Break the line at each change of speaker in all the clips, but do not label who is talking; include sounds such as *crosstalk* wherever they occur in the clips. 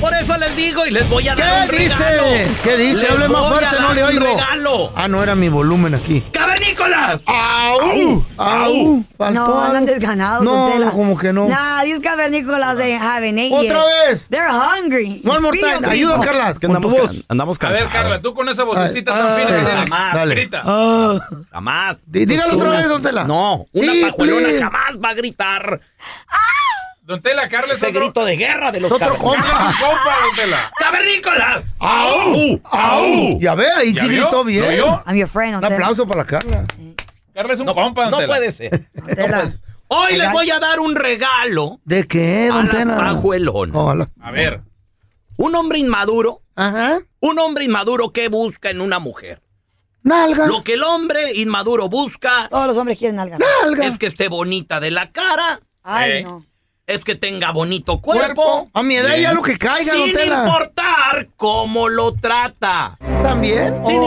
Por eso les digo y les voy a dar
¿Qué
un
dice?
regalo.
¿Qué dice?
Les
Hable más
voy a
fuerte,
dar
no le
un
oigo.
regalo.
Ah, no era mi volumen aquí.
¡Cavernícolas!
Ah, ¡Au! ¡Au! Faltó
No,
algo.
andan desganados.
No,
Don Tela.
como que no.
Nah, these cavernícolas they haven't ate
¡Otra
yet.
vez!
They're hungry.
One more time.
Real
Ayuda,
people.
Carlas.
Que
con tu
andamos,
voz.
can- andamos
A ver,
Pues,
cansados.
Carla, tú con esa vocecita tan
Ah,
fina que
sí.
tienes,
Jamás,
Dale. Ah.
grita.
Jamás.
Dí- dígalo otra vez, don Tela.
No, una
Sí,
pajuelona
please.
jamás va a gritar
Don Tela, Carla es
ese
otro,
grito de guerra de los
Es otro
cavernícolas.
*laughs*
compa.
es su compa, Don Tela.
¡Cavernícolas!
¡Au! ¡Au! Ya ve, ahí
¿Ya
sí
vio?
gritó
¿Lo
bien.
vio?
I'm your friend,
Un
Don Tela.
aplauso para la Carla.
Carla es un compa, Don
No
Tela.
puede ser.
Don Tela.
Hoy les voy a dar un regalo
¿De qué,
a
don
las
Tela?
pajuelonas.
Oh, a la-
A ver,
Un hombre inmaduro,
Ajá.
un hombre inmaduro que busca en una mujer.
Nalga.
Lo que el hombre inmaduro busca
Todos los hombres quieren algo.
Nalga.
es que esté bonita de la cara,
Ay,
Eh.
no.
es que tenga bonito cuerpo,
A mi edad ya lo que caiga, don
sin
Tela.
importar cómo lo trata.
¿También?
Sin
Oh,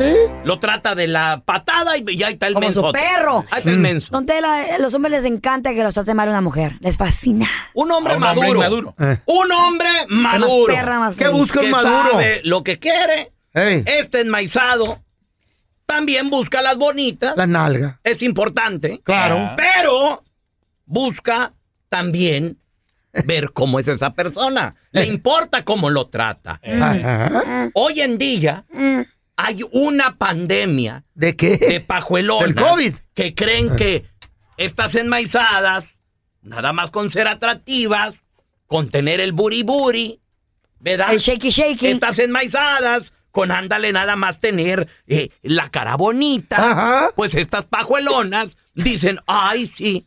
no sé.
Lo trata de la patada y ya ahí está el
Como
menso.
su perro.
Ahí
Mm.
está el menso.
Don Tela, eh, los hombres les encanta que los trate mal una mujer. Les fascina.
Un hombre
a un
maduro.
hombre maduro.
Eh.
Un hombre
Que Más
maduro.
perra, más
¿Qué
feliz.
busca
que
un maduro?
sabe lo que quiere.
Ey,
Este enmaizado también busca las bonitas.
la nalga.
Es importante.
Claro.
Pero busca también ver cómo es esa persona.
Eh.
Le importa cómo lo trata.
Ajá.
Hoy en día
Eh.
hay una pandemia
¿De qué?
de
Del
pajuelonas
COVID.
que creen que estas enmaizadas, nada más con ser atractivas, con tener el buriburi, ¿verdad?
El shaky shaky.
Estas enmaizadas, con ándale nada más tener eh, la cara bonita,
Ajá.
pues estas pajuelonas dicen, ay, sí,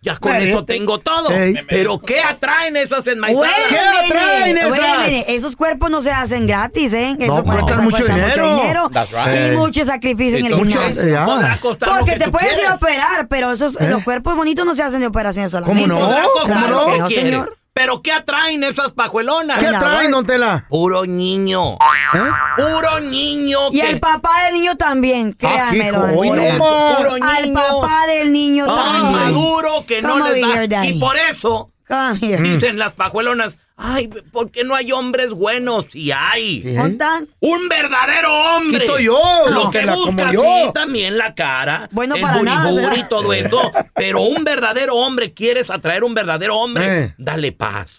ya con
Está
eso
bien.
tengo todo.
Ey.
Pero ¿qué atraen esas enmaizadas?
Güey,
¿Qué
nene,
atraen esas?
güey, nene, Esos cuerpos no se hacen gratis, ¿eh? Esos
No,
cuerpos
cuestan mucho
cuestan
dinero.
That's right.
Y
Eh.
mucho sacrificio en el
mucho-
gimnasio.
eh, ya.
Podrá costar lo
Porque
que
te
tú
puedes ir
quieras.
a operar, pero esos
¿Eh?
los cuerpos bonitos no se hacen de operaciones solamente.
¿Cómo no?
Podrá
¿Cómo
costar
Claro
lo
que
que
no,
quieres.
señor.
Pero ¿qué atraen esas pajuelonas?
¿Qué
Ay, la
traen,
voz.
don Tela?
Puro niño.
¿Eh?
Puro niño.
Y
que-
el papá del niño también, créanmelo.
Ah, hijo, hoy
don
no
Tela.
más.
Puro
Al
niño.
papá del niño
Tan
también.
maduro que no
Come
les
over here,
da.
daddy. Mm.
Y por eso
Come
Mm,
here.
dicen las pajuelonas, ay, ¿por qué no hay hombres buenos? Si hay.
Sí.
Contan-
Un verdadero hombre.
Quito yo,
Lo
don
que
Tela, como
busca,
yo. Eh.
sí, también la cara.
Bueno,
el
para
buri
nada,
buri,
¿verdad?
todo eso. Pero un verdadero hombre, ¿quieres atraer un verdadero hombre?
Eh.
Dale paz.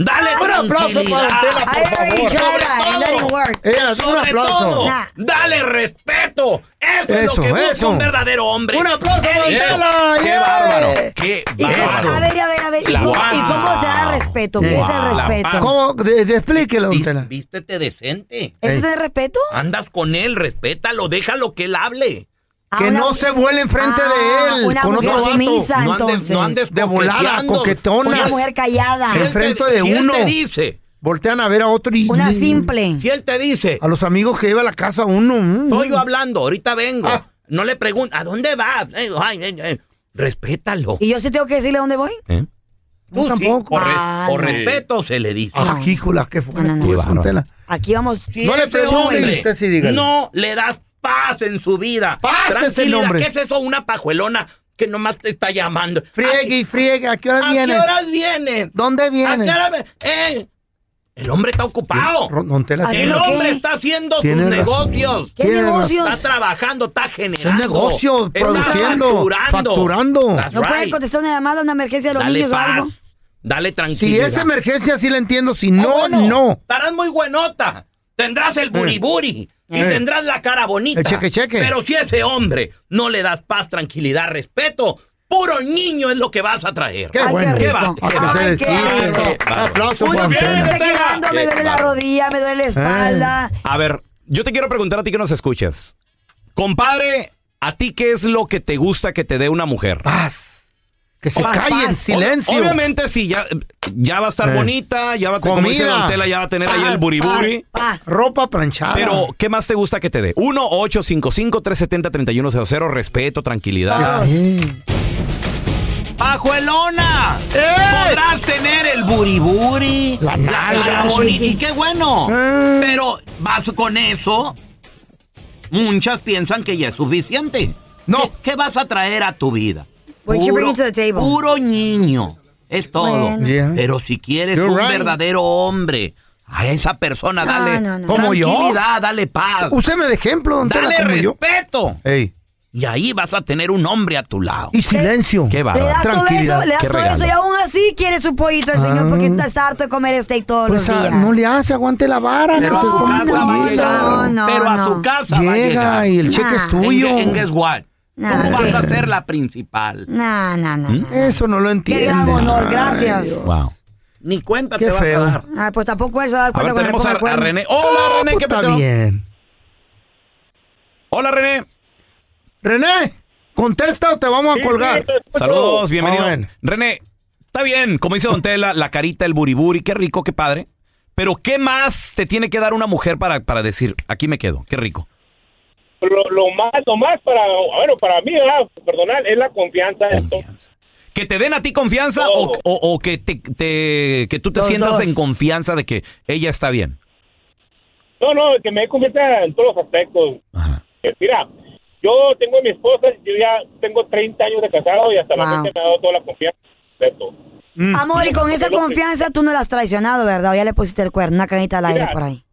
Dale
Un aplauso para don Tela,
I already
por
tried
favor.
that and that didn't work.
Eh, un
Sobre
aplauso.
todo,
Nah.
dale respeto. Eso, es
Eso,
lo que busca
eso.
un verdadero hombre.
Un aplauso, don
Eh,
Tela.
¡Qué
yeah.
bárbaro! ¡Qué
Y cómo- a
bárbaro!
ver, a ver, a ver. ¿Y
La
cómo,
paz.
y cómo se da respeto? ¿Qué es el
Wow. La
respeto?
paz.
¿Cómo? De, de- explíquelo, don
Vis-
Tela.
Vístete decente.
¿Eso
Ey.
Ah,
es el respeto?
Andas con él, respétalo, déjalo que él hable.
A
Que
Ah, una-
no se vuele enfrente
Ah,
de él
una
con
mujer
otro vato.
sumisa,
No andes-
entonces.
no andes
De volada,
coqueteando.
coquetona.
Una mujer callada.
Sí. enfrente de
si
uno.
Él te dice,
Voltean a ver a otro y...
Una simple.
si él te dice,
A los amigos que lleva a la casa uno. mm.
estoy yo hablando, ahorita vengo.
Ah.
No le pregunto, ¿a dónde vas? Eh, ay, eh, eh, Respétalo.
¿Y yo sí tengo que decirle dónde voy?
¿Eh? Tú sí,
tampoco.
o, re-
Ah,
o
no.
respeto se le dice.
Ah, híjula, qué
No,
fuerte.
no, no.
es,
Qué
don Tela.
Aquí vamos.
Si
No le
ese
preguntes,
hombre
usted sí dígale.
No le das paz en su vida.
Paz es el
Tranquilidad,
hombre.
¿Qué es eso? Una pajuelona que nomás te está llamando.
Friegue y friegue. ¿A qué
¿A,
horas
qué- a
viene?
qué horas vienen?
¿Dónde
¿A qué
viene?
hora ve- eh? El hombre está ocupado.
Ro- Don Tela,
Así
tiene-
El
¿Haciendo qué?
hombre está haciendo sus
Tiene razón.
negocios.
¿Qué
Tiene
negocios?
Está trabajando, está generando.
Es negocio,
está
produciendo,
facturando.
facturando.
That's
¿No puede
right.
contestar una llamada, una emergencia de los
Dale
niños o
paz.
algo?
Dale
si
tranquilidad.
es emergencia, sí la entiendo. Si
Oh,
Ah,
no,
bueno,
no.
Estarás muy buenota. Tendrás el buriburi. Y
Eh.
tendrás la cara bonita.
El cheque, cheque.
Pero si ese hombre no le das paz, tranquilidad, respeto, puro niño es lo que vas a traer.
Qué
Ay, qué
bueno.
rico.
A que se
Ay, qué
desquite.
rico.
Un aplauso
Uno
para don
piensa
Tela.
quejando, me
Qué
duele la
bárbaro.
rodilla, me duele la espalda.
A ver, yo te quiero preguntar a ti que nos escuchas. Compadre, ¿a ti qué es lo que te gusta que te dé una mujer?
Paz. Ah, Que se
Paz,
calle en
paz.
silencio.
Obviamente sí, ya, ya va a estar
Eh.
bonita, ya va a, como
Comida.
dice Don Tela, ya va a tener ahí el
Paz,
buriburi.
paz, paz.
Ropa planchada.
Pero, ¿qué más te gusta que te dé? 1-855-370-3100, respeto,
Ah.
tranquilidad.
Todos.
¡Pajuelona!
¡Eh!
Podrás tener el buriburi.
La nalga,
cara
sí.
bonita, Y qué bueno.
Eh.
Pero vas con eso. Muchas piensan que ya es suficiente.
No.
¿Qué, qué vas a traer a tu vida?
What you bring to the table.
puro niño. Es todo.
Bueno.
Yeah.
Pero si quieres
You're
un
right.
verdadero hombre, a esa persona
No,
dale
no, no.
¿Como yo?
tranquilidad, dale paz.
Úseme de ejemplo, don Tela,
ah, dale
como yo.
respeto.
Ey.
Y ahí vas a tener un hombre a tu lado.
Y silencio.
Qué
Le
bárbaro.
das todo eso,
Tranquilidad,
le das
Ah, qué
todo
regalo. Ah.
eso y aún así quiere su pollito el señor porque está está harto de comer steak todos
Pues
los
ah,
días.
no le hace, aguante la vara.
Pero
que
a
se
su
come
casa
tu
va
vida.
a llegar.
No, no,
pero a
no.
su casa va a
Llega
llegar.
y el cheque
Nah.
es
En-
tuyo.
En, guess what?
Nah.
Tú vas a ser la principal.
No, no, no. no.
Eso no lo
Qué
entiende.
gran honor,
Ay,
gracias.
Wow.
Ni cuenta
Qué
te vas
feo.
a dar.
Ah, pues tampoco eso dar
A
cuenta
ver,
cuando le
tenemos
ponga
a,
el
a
cuerno.
René.
Ah,
Hola, René, ¿qué
Está
peteo?
bien.
Hola, René.
René, contesta o te vamos a colgar.
Saludos, bienvenido.
Ah, bueno.
René, está bien, como dice Don Tela, la carita, el buriburi, qué rico, qué padre. Pero, ¿qué más te tiene que dar una mujer para, para decir, aquí me quedo, qué rico?
lo, lo más, lo más para, bueno, para mí, ¿verdad? perdonar, es la confianza.
Confianza. Que te den a ti confianza o,
Todo.
o- o que, te, te- que tú te
Los
sientas
dos.
en confianza de que ella está bien.
No, no, que me confianza en todos los aspectos.
Ajá.
Eh, Mira, yo tengo a mi esposa, yo ya tengo 30 años de casado y hasta
Wow.
la gente me ha dado toda la confianza. Perfecto.
Amor, y con esa confianza tú no la has traicionado, ¿verdad? O ya le pusiste el cuerno, una canita al aire
Mira.
por ahí.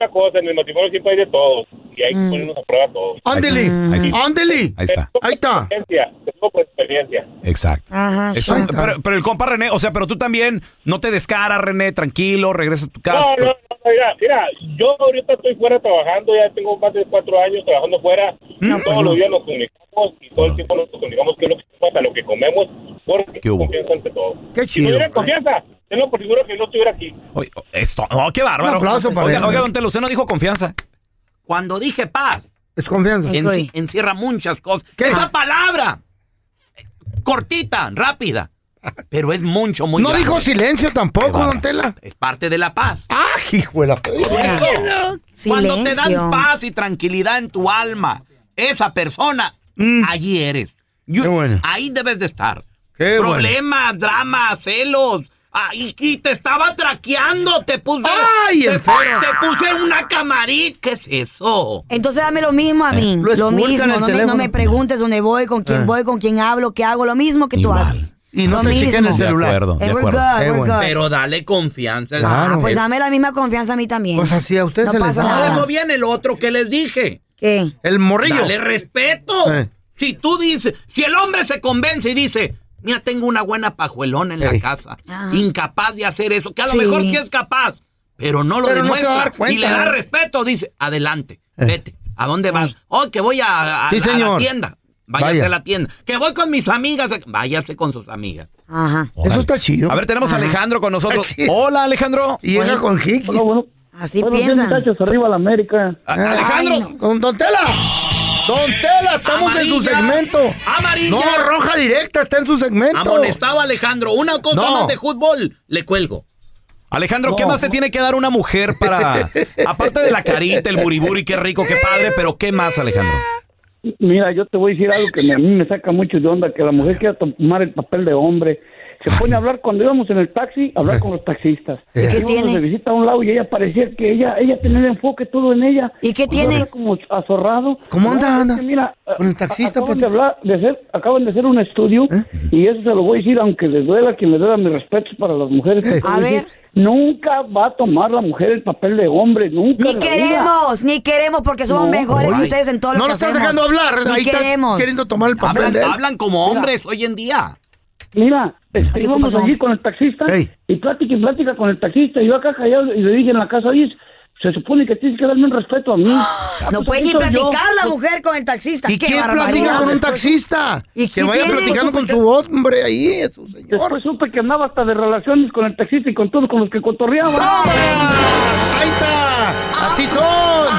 Una cosa, en el matrimonio siempre hay de todos y hay que
Mm.
ponernos a prueba todos.
Ándele,
Ahí está.
ándele.
Ahí está,
Ahí está.
Experiencia, tengo por experiencia.
exacto.
Ajá.
Es
sure.
un-
Ah.
pero, pero el compa René, o sea, pero tú también no te descaras, René, tranquilo, regresa a tu casa.
No, no, no, mira, mira, yo ahorita estoy fuera trabajando, ya tengo más de cuatro años trabajando fuera, todos los días nos comunicamos y todo el tiempo nos comunicamos qué es lo que pasa, lo que comemos, porque
¿Qué hubo?
confianza ante todo.
Qué
Si
chido.
tuviera confianza, tenlo por seguro que no estuviera aquí.
Oye, esto, oh, qué bárbaro.
Un aplauso para
oiga,
él.
oiga, Don Tela, usted no dijo confianza.
Cuando dije paz,
Es confianza.
En-
enci-
Estoy.
encierra muchas cosas.
¿Qué?
Esa palabra, eh, cortita, rápida, pero es mucho, muy
No
grande.
dijo silencio
Qué
tampoco,
bárbaro.
don Tela.
Es parte de la paz.
Ah, hijuela.
Cuando te
Silencio.
dan paz y tranquilidad en tu alma, esa persona, allí eres. Yo-
Mm. Qué bueno.
Ahí debes de estar.
Qué bueno.
Problemas, dramas, celos. Ah, y, y te estaba traqueando, te puse,
Ay,
te,
enfermo.
te puse una camarita. ¿Qué es eso?
Entonces dame lo mismo a mí.
Lo
Lo,
esculcan
mismo.
el
No me, no
teléfono.
me preguntes dónde voy, con quién
Eh.
voy, con quién hablo, qué hago. Lo mismo que tú
Igual.
haces.
Y no
Lo
te chequen el
mismo.
celular.
De acuerdo,
Eh,
de
we're good,
acuerdo.
Qué
we're
bueno.
good.
Pero eh. dale confianza.
Claro.
Ah, pues
Es-
dame la misma confianza a mí también.
Pues así a usted
No
se les
pasa
da.
Por
nada.
eso viene lo otro que les dije.
¿Qué?
El morrillo.
Dale respeto.
Eh.
Si tú dices, si el hombre se convence y dice, mira, tengo una buena pajuelona en la
Ey.
casa,
Ah.
incapaz de hacer eso, que a lo
Sí.
mejor sí es capaz, pero no lo
Pero no se va a
demuestra
dar cuenta,
y le da
¿no?
respeto, dice, adelante,
Eh.
vete, ¿a dónde vas? Oh, que voy a, a-
Sí,
a la
señor.
tienda, váyase
Vaya.
a la tienda, que voy con mis amigas, váyase con sus amigas.
Ajá.
Eso está chido.
A ver, tenemos a Alejandro con nosotros.
Ay, sí.
Hola, Alejandro.
Y llega con Hickey.
bueno,
Así piensan.
Ah,
arriba la América.
A- Alejandro.
Ay,
Don, don Tela. Don Tela, estamos en su
Amarilla,
segmento.
amarilla.
No, roja directa, está en su segmento.
Amonestado Alejandro. Una cosa
No.
más de fútbol, le cuelgo.
Alejandro, ¿qué
No.
más se tiene que dar una mujer
*laughs*
para. Aparte de la carita, el buriburi, qué rico, qué padre, pero ¿qué más, Alejandro?
Mira, yo te voy a decir algo que me- a mí me saca mucho de onda, que la mujer quiera tomar el papel de hombre. Se pone a hablar cuando íbamos en el taxi, a hablar con los taxistas.
Eh. ¿Y qué
Íbamos
tiene?
de visita a un lado y ella parecía que ella ella tenía el enfoque todo en ella.
¿Y qué
Cuando
tiene?
habla como azorrado.
¿Cómo anda,
No, es
Ana?
que Mira,
Con el taxista,
acaban
pues.
de hablar, de hacer, acaban de hacer un estudio
¿Eh?
y eso se lo voy a decir, aunque les duela, quien le duela mis respetos para las mujeres.
Eh.
te voy
A
decir,
ver.
Nunca va a tomar la mujer el papel de hombre, nunca.
Ni
en la vida.
queremos, ni queremos porque somos
No,
mejores que
ay.
ustedes en todo lo
No
que
lo estás
hacemos.
dejando hablar,
Ni
ahí estás
queremos.
queriendo
tomar el
papel
Hablan,
de él.
hablan como hombres hoy en día.
Mira, este,
¿Qué
íbamos
pasó?
allí con el taxista y plática y plática con el taxista. y Yo acá callado y le dije en la casa, oye, se supone que tienes que darme un respeto a mí.
Ah,
Ah, pues,
No puede ni platicar la mujer con el taxista.
¿Y
Qué
quién platica
barbaridad.
con un taxista?
¿Y
Que
qué
vaya
tiene?
platicando con su hombre ahí, eso, señor.
Después supe que andaba hasta de relaciones con el taxista y con todos con los que cotorreaba. Ah,
¡Ah! ¡Ahí está! ¡Así son!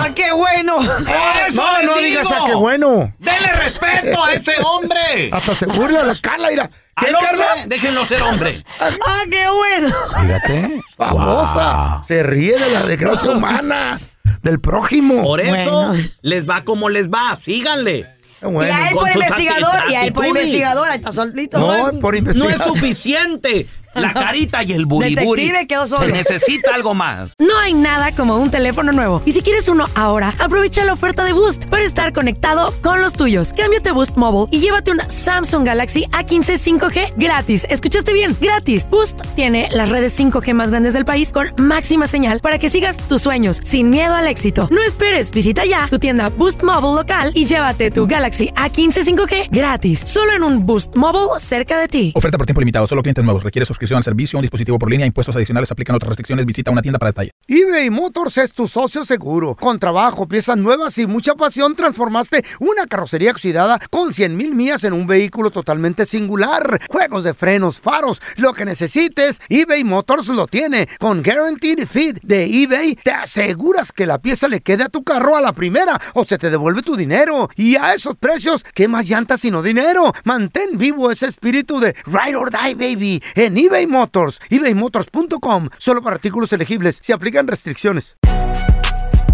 ¡Ah,
qué bueno!
no,
les
no
digo.
digas a qué bueno.
¡Denle respeto a ese hombre!
Hasta se burla la cala, mira. ¿Qué,
Al hombre,
Carla?
déjenlo ser hombre.
¡Ah, qué bueno!
Fíjate.
Babosa. Se ríe de la desgracia humana. Del prójimo.
Por eso les va como les va. Síganle.
Y a él
Con
por
sus
investigador, y a él por
actitudes.
investigador, ahí está solito.
no es suficiente *laughs* la carita y el buriburi.
Detective quedó solo.
Se necesita algo más.
No hay nada como un teléfono nuevo. Y si quieres uno ahora, aprovecha la oferta de Boost para estar conectado con los tuyos. Cámbiate a Boost Mobile y llévate un Samsung Galaxy A15 5G gratis. ¿Escuchaste bien? Gratis. Boost tiene las redes 5G más grandes del país con máxima señal para que sigas tus sueños sin miedo al éxito. No esperes, visita ya tu tienda Boost Mobile local y llévate tu Galaxy A15 5G gratis. Solo en un Boost Mobile cerca de ti.
Oferta por tiempo limitado, solo clientes nuevos. Requiere suscripción al servicio, un dispositivo por línea, impuestos adicionales, aplican otras restricciones. Visita una tienda para detalle.
eBay Motors es tu socio seguro. Con trabajo, piezas nuevas y mucha pasión, transformaste una carrocería oxidada con 100 mil millas en un vehículo totalmente singular. Juegos de frenos, faros, lo que necesites, eBay Motors lo tiene. Con Guaranteed Fit de eBay, te aseguras que la pieza le quede a tu carro a la primera o se te devuelve tu dinero. Y a esos precios, ¿qué más llantas sino dinero? Mantén vivo ese espíritu de Ride or Die, baby, en eBay Motors. ebaymotors.com, solo para artículos elegibles. Se aplican restricciones.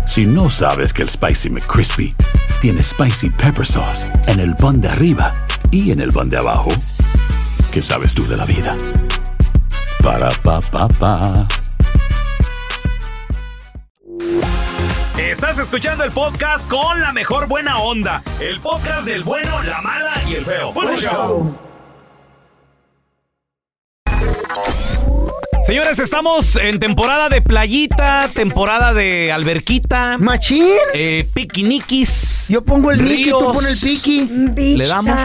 Si no sabes que el Spicy McCrispy tiene spicy pepper sauce en el pan de arriba y en el pan de abajo, ¿qué sabes tú de la vida? Para pa pa pa.
Estás escuchando el podcast con la mejor buena onda. El podcast del bueno, la mala y el feo. Bueno, show. Señores, estamos en temporada de playita, temporada de alberquita.
¿Machín?
Eh, piquiniquis.
Yo pongo el niqui, tú
ríos.
pones el piqui.
Le damos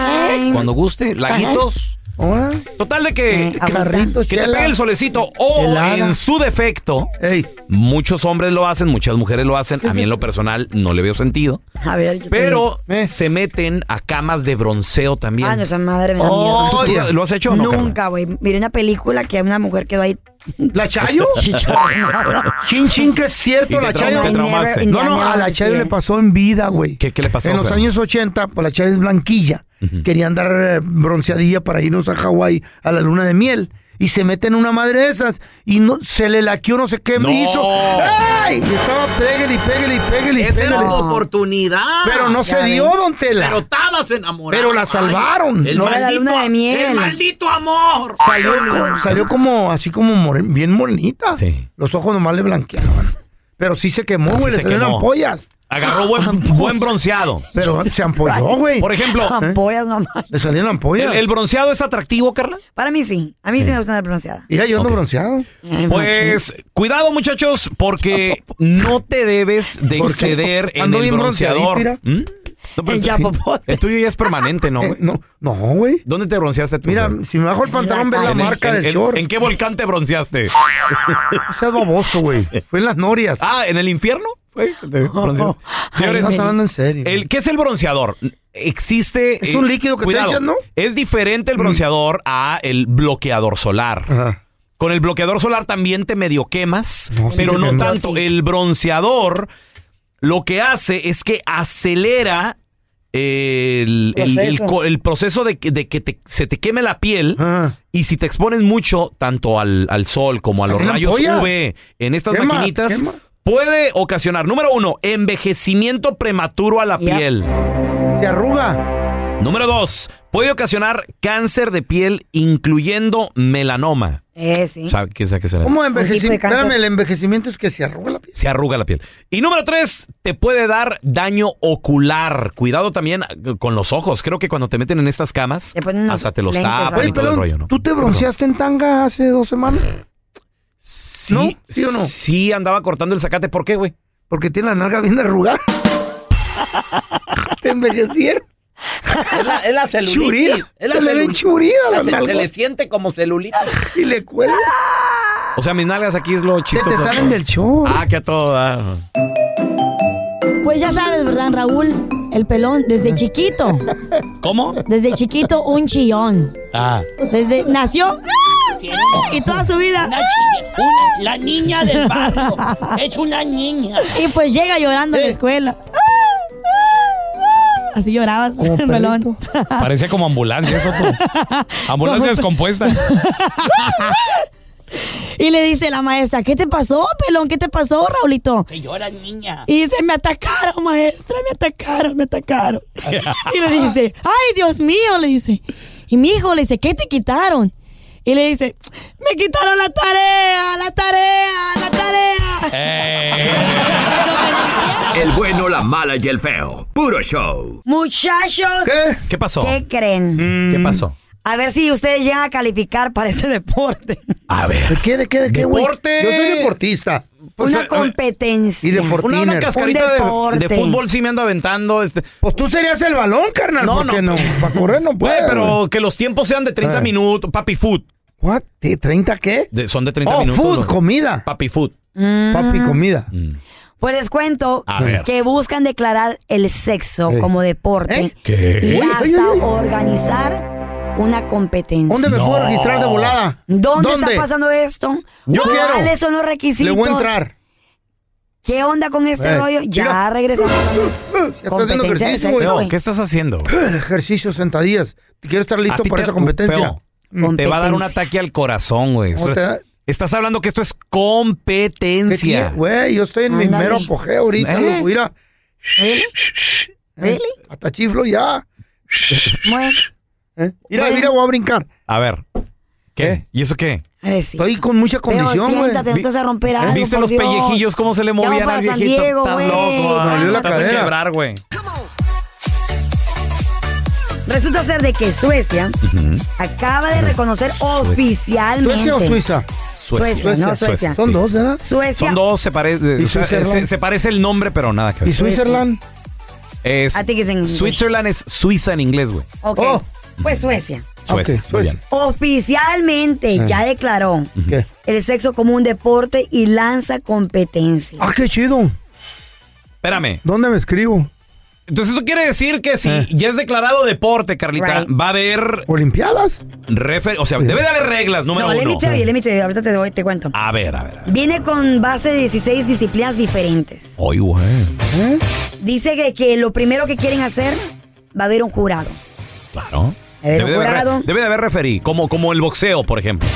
cuando guste. Laguitos.
Ahora.
Total de que, que-
carritos,
que te
Eh, chela.
pegue el solecito o
Helada. Eh.
en su defecto. Muchos hombres lo hacen, muchas mujeres lo hacen. A mí en lo personal no le veo sentido.
A ver, yo
Pero
Eh.
se meten a camas de bronceo también.
también. Ah, no, esa madre me da
Oh,
miedo.
¿tú lo- lo has hecho o no,
Nunca, güey. Miré una película que una mujer quedó ahí.
¿La Chayo? *laughs* Chin, chin, que es cierto,
¿Y te trauma-
la Chayo.
te traumaste?
No, no, a la Chayo le pasó en vida, güey.
¿Qué, qué le pasó?
En los
feo?
años 80, pues la Chayo es blanquilla. Quería andar eh, bronceadilla para irnos a Hawái a la luna de miel. Y se mete en una madre de esas y no, se le laqueó, no sé qué
No.
hizo. ¡Ay! Y estaba pégale y pégale y pégale y
Esa
Este
era
pégale.
tu oportunidad.
Pero no se dio, don Tela.
Pero estabas enamorado.
Pero la
Ay,
salvaron.
el
No era la
maldito,
luna de miel.
El maldito amor.
Salió, salió como, así como more- bien morenita. Los ojos nomás le blanqueaban. Pero sí se quemó,
Así
güey, le
se
salieron
quemó.
ampollas.
Agarró buen,
*laughs*
buen bronceado.
Pero
*laughs*
se ampolló, güey.
Por ejemplo,
Ampollas nomás.
Le salieron
¿el,
ampollas.
el bronceado es atractivo, Carla?
*laughs* Para mí sí. A mí sí me gusta la pronunciada.
Mira, yo ando bronceado.
Pues cuidado muchachos, porque no te debes de
¿Por qué?
exceder en
Ando
el
bien
bronceador.
bronceadito,
¿Mm? No, pero
El
tú-
chapopote.
el tuyo ya es permanente, ¿no? güey?
Eh, No, no, güey.
¿Dónde te bronceaste tú?
Mira, si me bajo el pantalón, ves la
Ah, ¿En el-
marca
en-
del
en-
short.
¿En qué volcán te bronceaste?
No seas baboso, güey. Fue en las norias.
Ah, ¿en el infierno? fue?
*laughs*
Te bronceaste. Señores,
estás hablando en serio.
el, ¿qué es el bronceador? Existe... eh,
Es un líquido que te echas, ¿no?
Es diferente el bronceador a el bloqueador solar. Con el bloqueador solar también te medio quemas,
sí
pero
te
no
quemas.
tanto. El bronceador lo que hace es que acelera
el, el- el co- el proceso de, que- de que te- se te queme la piel y si te expones mucho tanto al, al sol como a los
Una
rayos
ampolla.
UV en estas
Quema,
maquinitas
quema.
puede ocasionar, número uno, envejecimiento prematuro a la piel.
Se arruga.
Número dos, puede ocasionar cáncer de piel incluyendo melanoma.
Eh, sí.
O sea, que sea que se le-
tipo
¿Cómo
de
envejecimiento?
cáncer.
Espérame, el envejecimiento es que se arruga la piel.
se arruga la piel. Y número tres, te puede dar daño ocular. Cuidado también eh, con los ojos. Creo que cuando te meten en estas camas,
ponen unos
hasta te los
lentes,
tapan
Oye,
y todo el
perdón,
rollo, ¿no?
¿Tú te
¿Qué pasó?
bronceaste en tanga hace dos semanas?
Sí, ¿Sí o no? Sí, andaba cortando el zacate. ¿Por qué, güey?
Porque tiene la nalga bien arrugada. *laughs* ¿Te envejecieron?
Es la, es la celulitis.
Churida.
Es la
Se le ven
celul-
churidas
la
las
ce- se,
nalgas.
le siente como celulitis.
Y le cuelga.
O sea, mis nalgas aquí es lo chistoso.
te salen del show.
Ah, que a todo dar.
Pues ya sabes, ¿verdad, Raúl? El pelón, desde chiquito.
¿Cómo?
Desde chiquito, un chillón.
Ah.
Desde nació. ¡ah! Y toda su vida.
Una chi- una- la niña del barrio. Es una niña.
Y pues llega llorando a la escuela. Así llorabas, pelón.
Parecía como ambulancia eso tú. Ambulancia descompuesta.
*laughs* Y le dice la maestra, ¿qué te pasó, pelón? ¿Qué te pasó, Raulito?
Que llora niña.
Y dice, me atacaron, maestra, me atacaron, me
*laughs*
atacaron. Y le dice, ay, Dios mío, le dice. Y mi hijo le dice, ¿qué te quitaron? Y le dice, me quitaron la tarea, la tarea, la tarea.
Eh.
El bueno, la mala y el feo. Puro show.
Muchachos.
¿Qué? ¿Qué pasó? Mm.
¿Qué creen?
¿Qué pasó?
A ver si ustedes llegan a calificar para ese deporte.
A ver.
¿De qué, de qué, de qué, güey?
Deporte.
Yo soy deportista.
Pues, eh,
una competencia.
Y deportines.
Una, una cascarita de-
deporte.
de, fútbol sí me ando aventando. Este.
Pues tú serías el balón, carnal. No,
No,
porque
no.
no. Para correr no
Güey,
puede.
pero que los tiempos sean de 30
Eh.
minutos. Papi food.
¿What? ¿De 30 qué?
De- son de 30
Oh,
minutos. Mm.
food,
los-
comida.
Papi food.
Papi, comida.
Pues les cuento
A ver.
que buscan declarar el sexo
Eh.
como deporte
¿Qué?
y
Oye,
hasta
oye, oye.
organizar una competencia.
¿Dónde me puedo No. registrar de volada?
¿Dónde,
¿Dónde?
está pasando esto?
Yo quiero.
¿Cuáles son los requisitos?
Le voy a entrar.
¿Qué onda con este
Eh,
rollo? Ya
mira.
regresamos a los
haciendo
competencias de
ejercicio,
sexo,
güey.
güey.
¿Qué estás haciendo? güey?
Ejercicio, sentadillas. Quiero estar
A
listo
ti
para
te-
esa competencia.
feo, Mm, Te va a dar un ataque al corazón, güey.
¿Cómo
Eso-
te da?
Estás hablando que esto es
¿Qué tiene?
competencia.
Güey, yo estoy en mi
Ándale.
mero apogeo ahorita.
¿Eh?
loco, Mira,
¿Eh?
eh,
¿Really?
hasta chiflo ya.
Bueno.
Mira,
Bueno.
mira, voy a brincar. ¿Eh?
A ver. ¿Qué? ¿Y eso qué?
Estoy con mucha condición, güey.
siéntate, no te vas a romper algo,
¿Viste
por
los
Dios.
pellejillos cómo se le
Ya vamos
movían
para
al
San
viejito?
Diego,
Estás
güey.
loco.
Me
ah,
dolió la
te vas a
cadera.
quebrar, güey.
Resulta ser de que Suecia acaba de reconocer oficialmente.
¿Suecia o Suiza?
Suecia, no, Suecia.
Son dos, ¿verdad?
Suecia.
Son dos, se, pare-
¿Y
o sea,
Switzerland?
se, se parece el nombre, pero nada que ver.
¿Y Switzerland?
Es,
I think it's in English.
Switzerland Oh. es Suiza en inglés, güey.
Ok. Pues Suecia.
Suecia. muy bien.
Oficialmente
Ah.
ya declaró
¿Qué?
el sexo como un deporte y lanza competencia.
Ah, qué chido.
Espérame.
¿Dónde me escribo?
Entonces, eso quiere decir que si
Eh.
ya es declarado deporte, Carlita, va a haber.
¿Olimpiadas?
O sea, debe de haber reglas, número
no, let me
uno. Ah.
tell you, let me tell you, ahorita te, doy, te cuento.
A ver, a ver.
Viene con base de 16 disciplinas diferentes.
Hoy, güey.
¿Eh?
Dice que, que lo primero que quieren hacer va a haber un jurado.
Claro.
Debe de
Debe de,
jurado.
haber, debe de haber referí, como, como el boxeo, por ejemplo.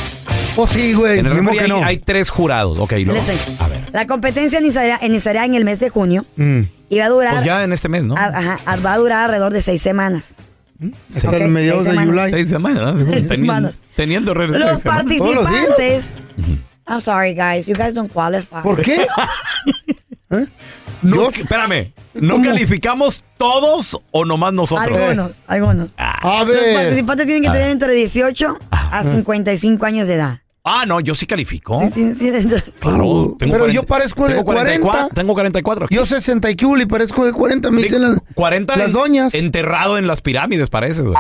Oh, sí, güey.
En el
mismo
referí
que
hay,
no.
hay tres jurados. Ok, luego.
Listen.
A ver.
La competencia iniciará, iniciará en el mes de junio
Mm.
y va a durar,
Pues ya en este mes, ¿no?
a- ajá, a- va a durar alrededor de seis semanas.
Seis-
Ok, mediados seis de semanas. July.
Seis semanas.
Seis
Teniendo,
semanas.
teniendo
*laughs*
re-
Los
seis semanas.
participantes. I'm sorry, guys. You guys don't qualify.
¿Por
*laughs*
qué? ¿Eh?
No, espérame. ¿No calificamos todos o nomás nosotros?
Algunos, algunos.
A
Los participantes tienen que
A ver.
tener entre 18 a 55 años de edad.
Ah, no, yo sí califico.
Sí, sí, les-
Claro, tengo
Pero
40
yo parezco de
tengo
40.
Tengo 44. aquí.
Yo 60 y cubo y parezco de 40. Me
Sí,
dicen las,
40
las
en-
doñas.
enterrado en las pirámides, parece, güey.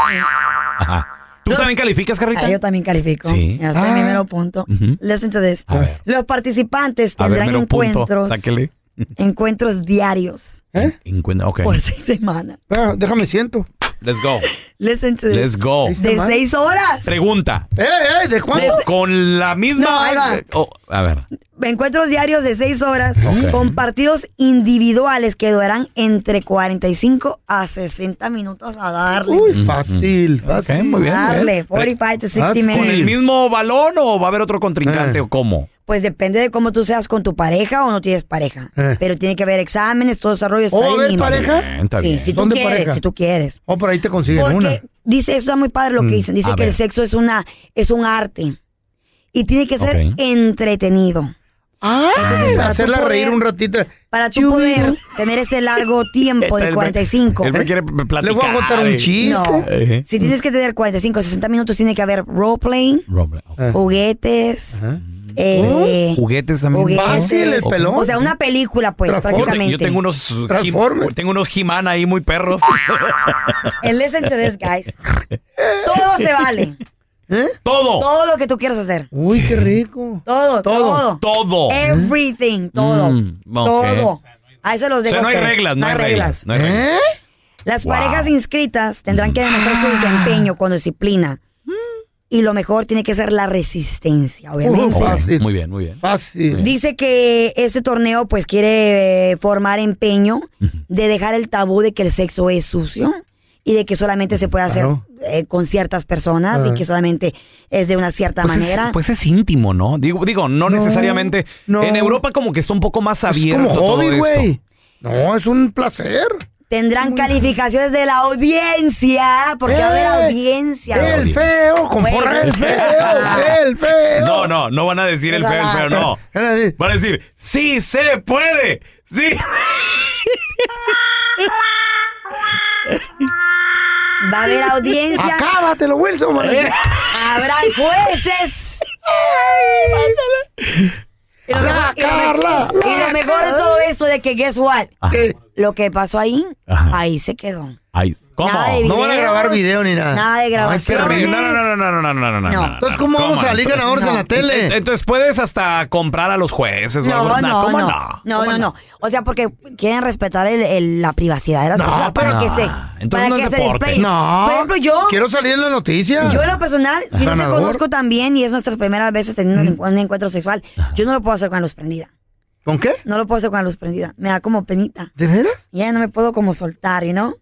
Ajá. ¿Tú también calificas, Carrita?
Ah, yo también califico.
Sí. Ah.
Ya estoy en mi mero punto.
Ujú.
Listen to this. Los participantes
A ver,
tendrán
mero punto.
encuentros,
Sáquele.
encuentros diarios
Encuentra- ok.
Pues, por seis semanas.
Ah, ¿Eh? déjame siento.
Let's go.
Listen to this.
Let's go.
De seis horas.
Pregunta.
Eh, eh, ¿de
cuánto?
Con la misma.
No, ahí va.
Oh, a ver.
Encuentros diarios de 6 horas
Ok.
con partidos individuales que durarán entre 45 a 60 minutos a darle.
Uy, fácil,
fácil. muy bien. muy bien.
Darle 45 to 60
¿Con el
minutes.
mismo balón o va a haber otro
Eh.
contrincante o cómo?
Pues depende de cómo tú seas con tu pareja o no tienes pareja.
Eh.
Pero tiene que haber exámenes, todo desarrollo.
¿O va Oh, a haber pareja?
Bien, está
Sí,
bien.
si tú
¿Dónde
quieres,
pareja?
si tú quieres.
Oh, por ahí te consiguen
Porque
una.
Dice, esto está muy padre lo que
Mm,
dicen. Dice
a
que el
ver.
sexo es una, es un arte. Y tiene que ser
Ok. Ah,
entretenido. Entonces, para tú
Eh, hacerla
poder-
reír un ratito.
Para tú poder tener ese largo tiempo de
Él me-
45.
Él me quiere platicar.
Le voy a contar un
eh.
chiste.
No.
Ejé.
Si tienes que tener 45 60 minutos, tiene que haber roleplay,
Roble-
Ah.
juguetes.
Oh,
eh,
Juguetes también.
juguetes.
Ok.
O sea, una película, pues,
Yo te-
prácticamente.
Yo tengo unos Jim- tengo unos He-Man ahí muy perros.
El listen to this,
*laughs*
guys. Todo se vale.
Todo.
Todo lo que tú quieras hacer.
Uy, qué rico.
Todo, todo.
Todo.
Everything, todo.
Mm, ok.
Todo. Ahí se los
O sea,
dejo. a
no hay
ustedes.
reglas, no hay reglas. no hay reglas.
¿Eh?
Las
Wow.
parejas inscritas tendrán que demostrar
Ah.
su desempeño con disciplina.
Mm.
Y lo mejor tiene que ser la
Oh,
resistencia, obviamente.
Ok, Muy bien, muy bien.
Fácil.
Dice que este torneo pues quiere eh, formar empeño de dejar el tabú de que el sexo es sucio y de que solamente se puede hacer
Claro.
eh, con ciertas personas
Ah.
y que solamente es de una cierta
Pues es,
manera.
pues es íntimo, ¿no? Digo, digo no, necesariamente.
no.
En Europa como que está un poco más
Es
abierto
como hobby,
todo esto.
güey.
No, es un placer.
Tendrán calificaciones de la audiencia, porque va a haber
Eh,
audiencia.
El feo, con porra, el feo, el feo.
No, no, no van a decir el feo, el feo, no. Van a decir, sí se puede. Sí.
Va a haber
Ah,
audiencia.
Acábatelo, Wilson.
Eh. Habrá jueces. Y lo, mejor, y lo me-
Carla,
y lo
la
mejor de
Carla.
todo eso de que, guess what? Lo que pasó ahí, ahí se quedó.
Ay, ¿cómo?
Nada de
No van a
videos,
grabar video ni nada.
Nada de
Ay, qué
grabaciones.
horrible. no, no, no, no, no, no, no, no, no, no.
Entonces, ¿cómo vamos a salir ganadores en la tele?
Eh,
Ent- Entonces puedes hasta comprar a los jueces o algo.
No,
Nah,
no,
¿cómo
no. No, no, no. O sea, porque quieren respetar el- el- la privacidad de las
No,
personas para
pero-
que se,
Entonces
para
no
que
es
se
deporte.
desplayen.
No.
Por ejemplo, yo.
Quiero salir en las noticias.
Yo en lo personal, si no te
Ganador.
conozco también y es nuestras primeras veces teniendo un encu- un encuentro sexual, yo no lo puedo hacer con la luz prendida.
¿Con qué?
No lo puedo hacer con la luz prendida. Me da como penita.
¿De veras? ¿Eh?
Ya no me puedo como soltar, ¿y no?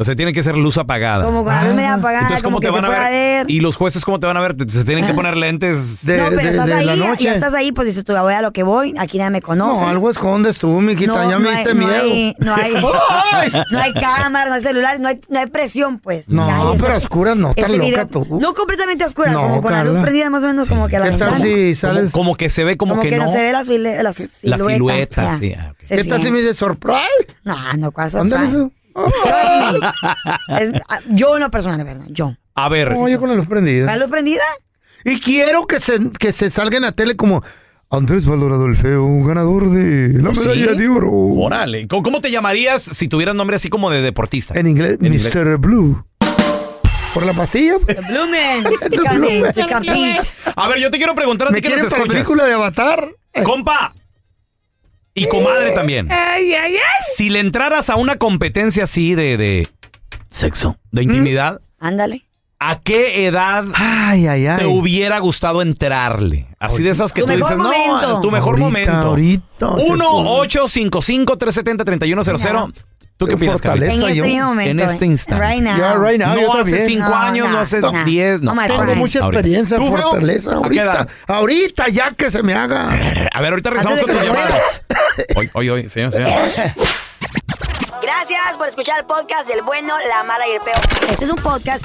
O sea, tiene que ser luz apagada.
Como con la luz
Ah,
media apagada,
Entonces,
como
¿cómo te
que
van
se
a
pueda
ver?
ver.
¿Y los jueces cómo te van a ver? Te- Se tienen que poner lentes.
no, pero estás ahí, ya estás ahí, pues dices tú, voy a lo que voy, aquí nadie me conoce.
No, algo escondes tú, mijita.
No,
ya me
no hay-
diste
no
miedo.
hay- no hay-
*laughs* ¡Ay!
*laughs* no hay cámaras, no hay celulares, no hay, no hay presión, pues.
No,
Ya, ese-
pero a oscuras no, estás
ese
loca
video-
tú.
No completamente oscura,
No,
como con la luz
Carla.
prendida más o menos como que a la
¿Qué tal
ventana.
si sales- Como que se ve como
Como
que
no
no.
se ve la, file- la
La
silueta.
silueta,
ya.
sí. ah, ok.
Se
¿Qué tal si
siente.
me dices surprise?
No, no, ¿cuál
Ándale,
surprise?
feo. Oh, *laughs*
Es- ah, yo en lo personal, la verdad, yo.
A ver.
No, yo con la luz
¿La
prendida.
luz prendida?
Y quiero que se, que se salga en la tele como Andrés Valorado el Feo, ganador de la
¿Sí?
medalla de oro.
Órale. ¿Cómo, cómo te llamarías si tuvieras nombre así como de deportista? *laughs*
En inglés,
En inglés.
Mr. Blue. Por la
*laughs*
pastilla.
Blumen.
Blumen.
to complete.
A ver, yo te quiero preguntar a
Me
ti que nos
quieren para la
escuchas.
película de Avatar.
Compa. Y comadre también. Si le entraras a una competencia así de, de sexo, de
¿Mm?
intimidad,
Ándale.
¿a qué edad te hubiera gustado entrarle? Así de esas que
Tu
tú
mejor
dices, no,
momento.
a tu mejor
Ahorita,
momento.
ahorita se
1-855-370-3100. ¿Tú qué
Yo
opinas, Carla?
fortaleza, En este yo. mismo momento,
En este
eh.
instante.
Right now. Yeah, right now,
no
yo
hace
también.
5
No,
años, no
no,
hace
no.
10. No,
Tengo mucha
Ahorita.
experiencia,
¿Tú, Feo?
fortaleza.
¿A qué edad?
Ahorita, ahorita ya que se me haga.
A ver, ahorita regresamos con
Antes
tus
de que
llamadas. Oye, oye, oye, señor, señor.
Gracias por escuchar el podcast del bueno, la mala y el peo. Este es un podcast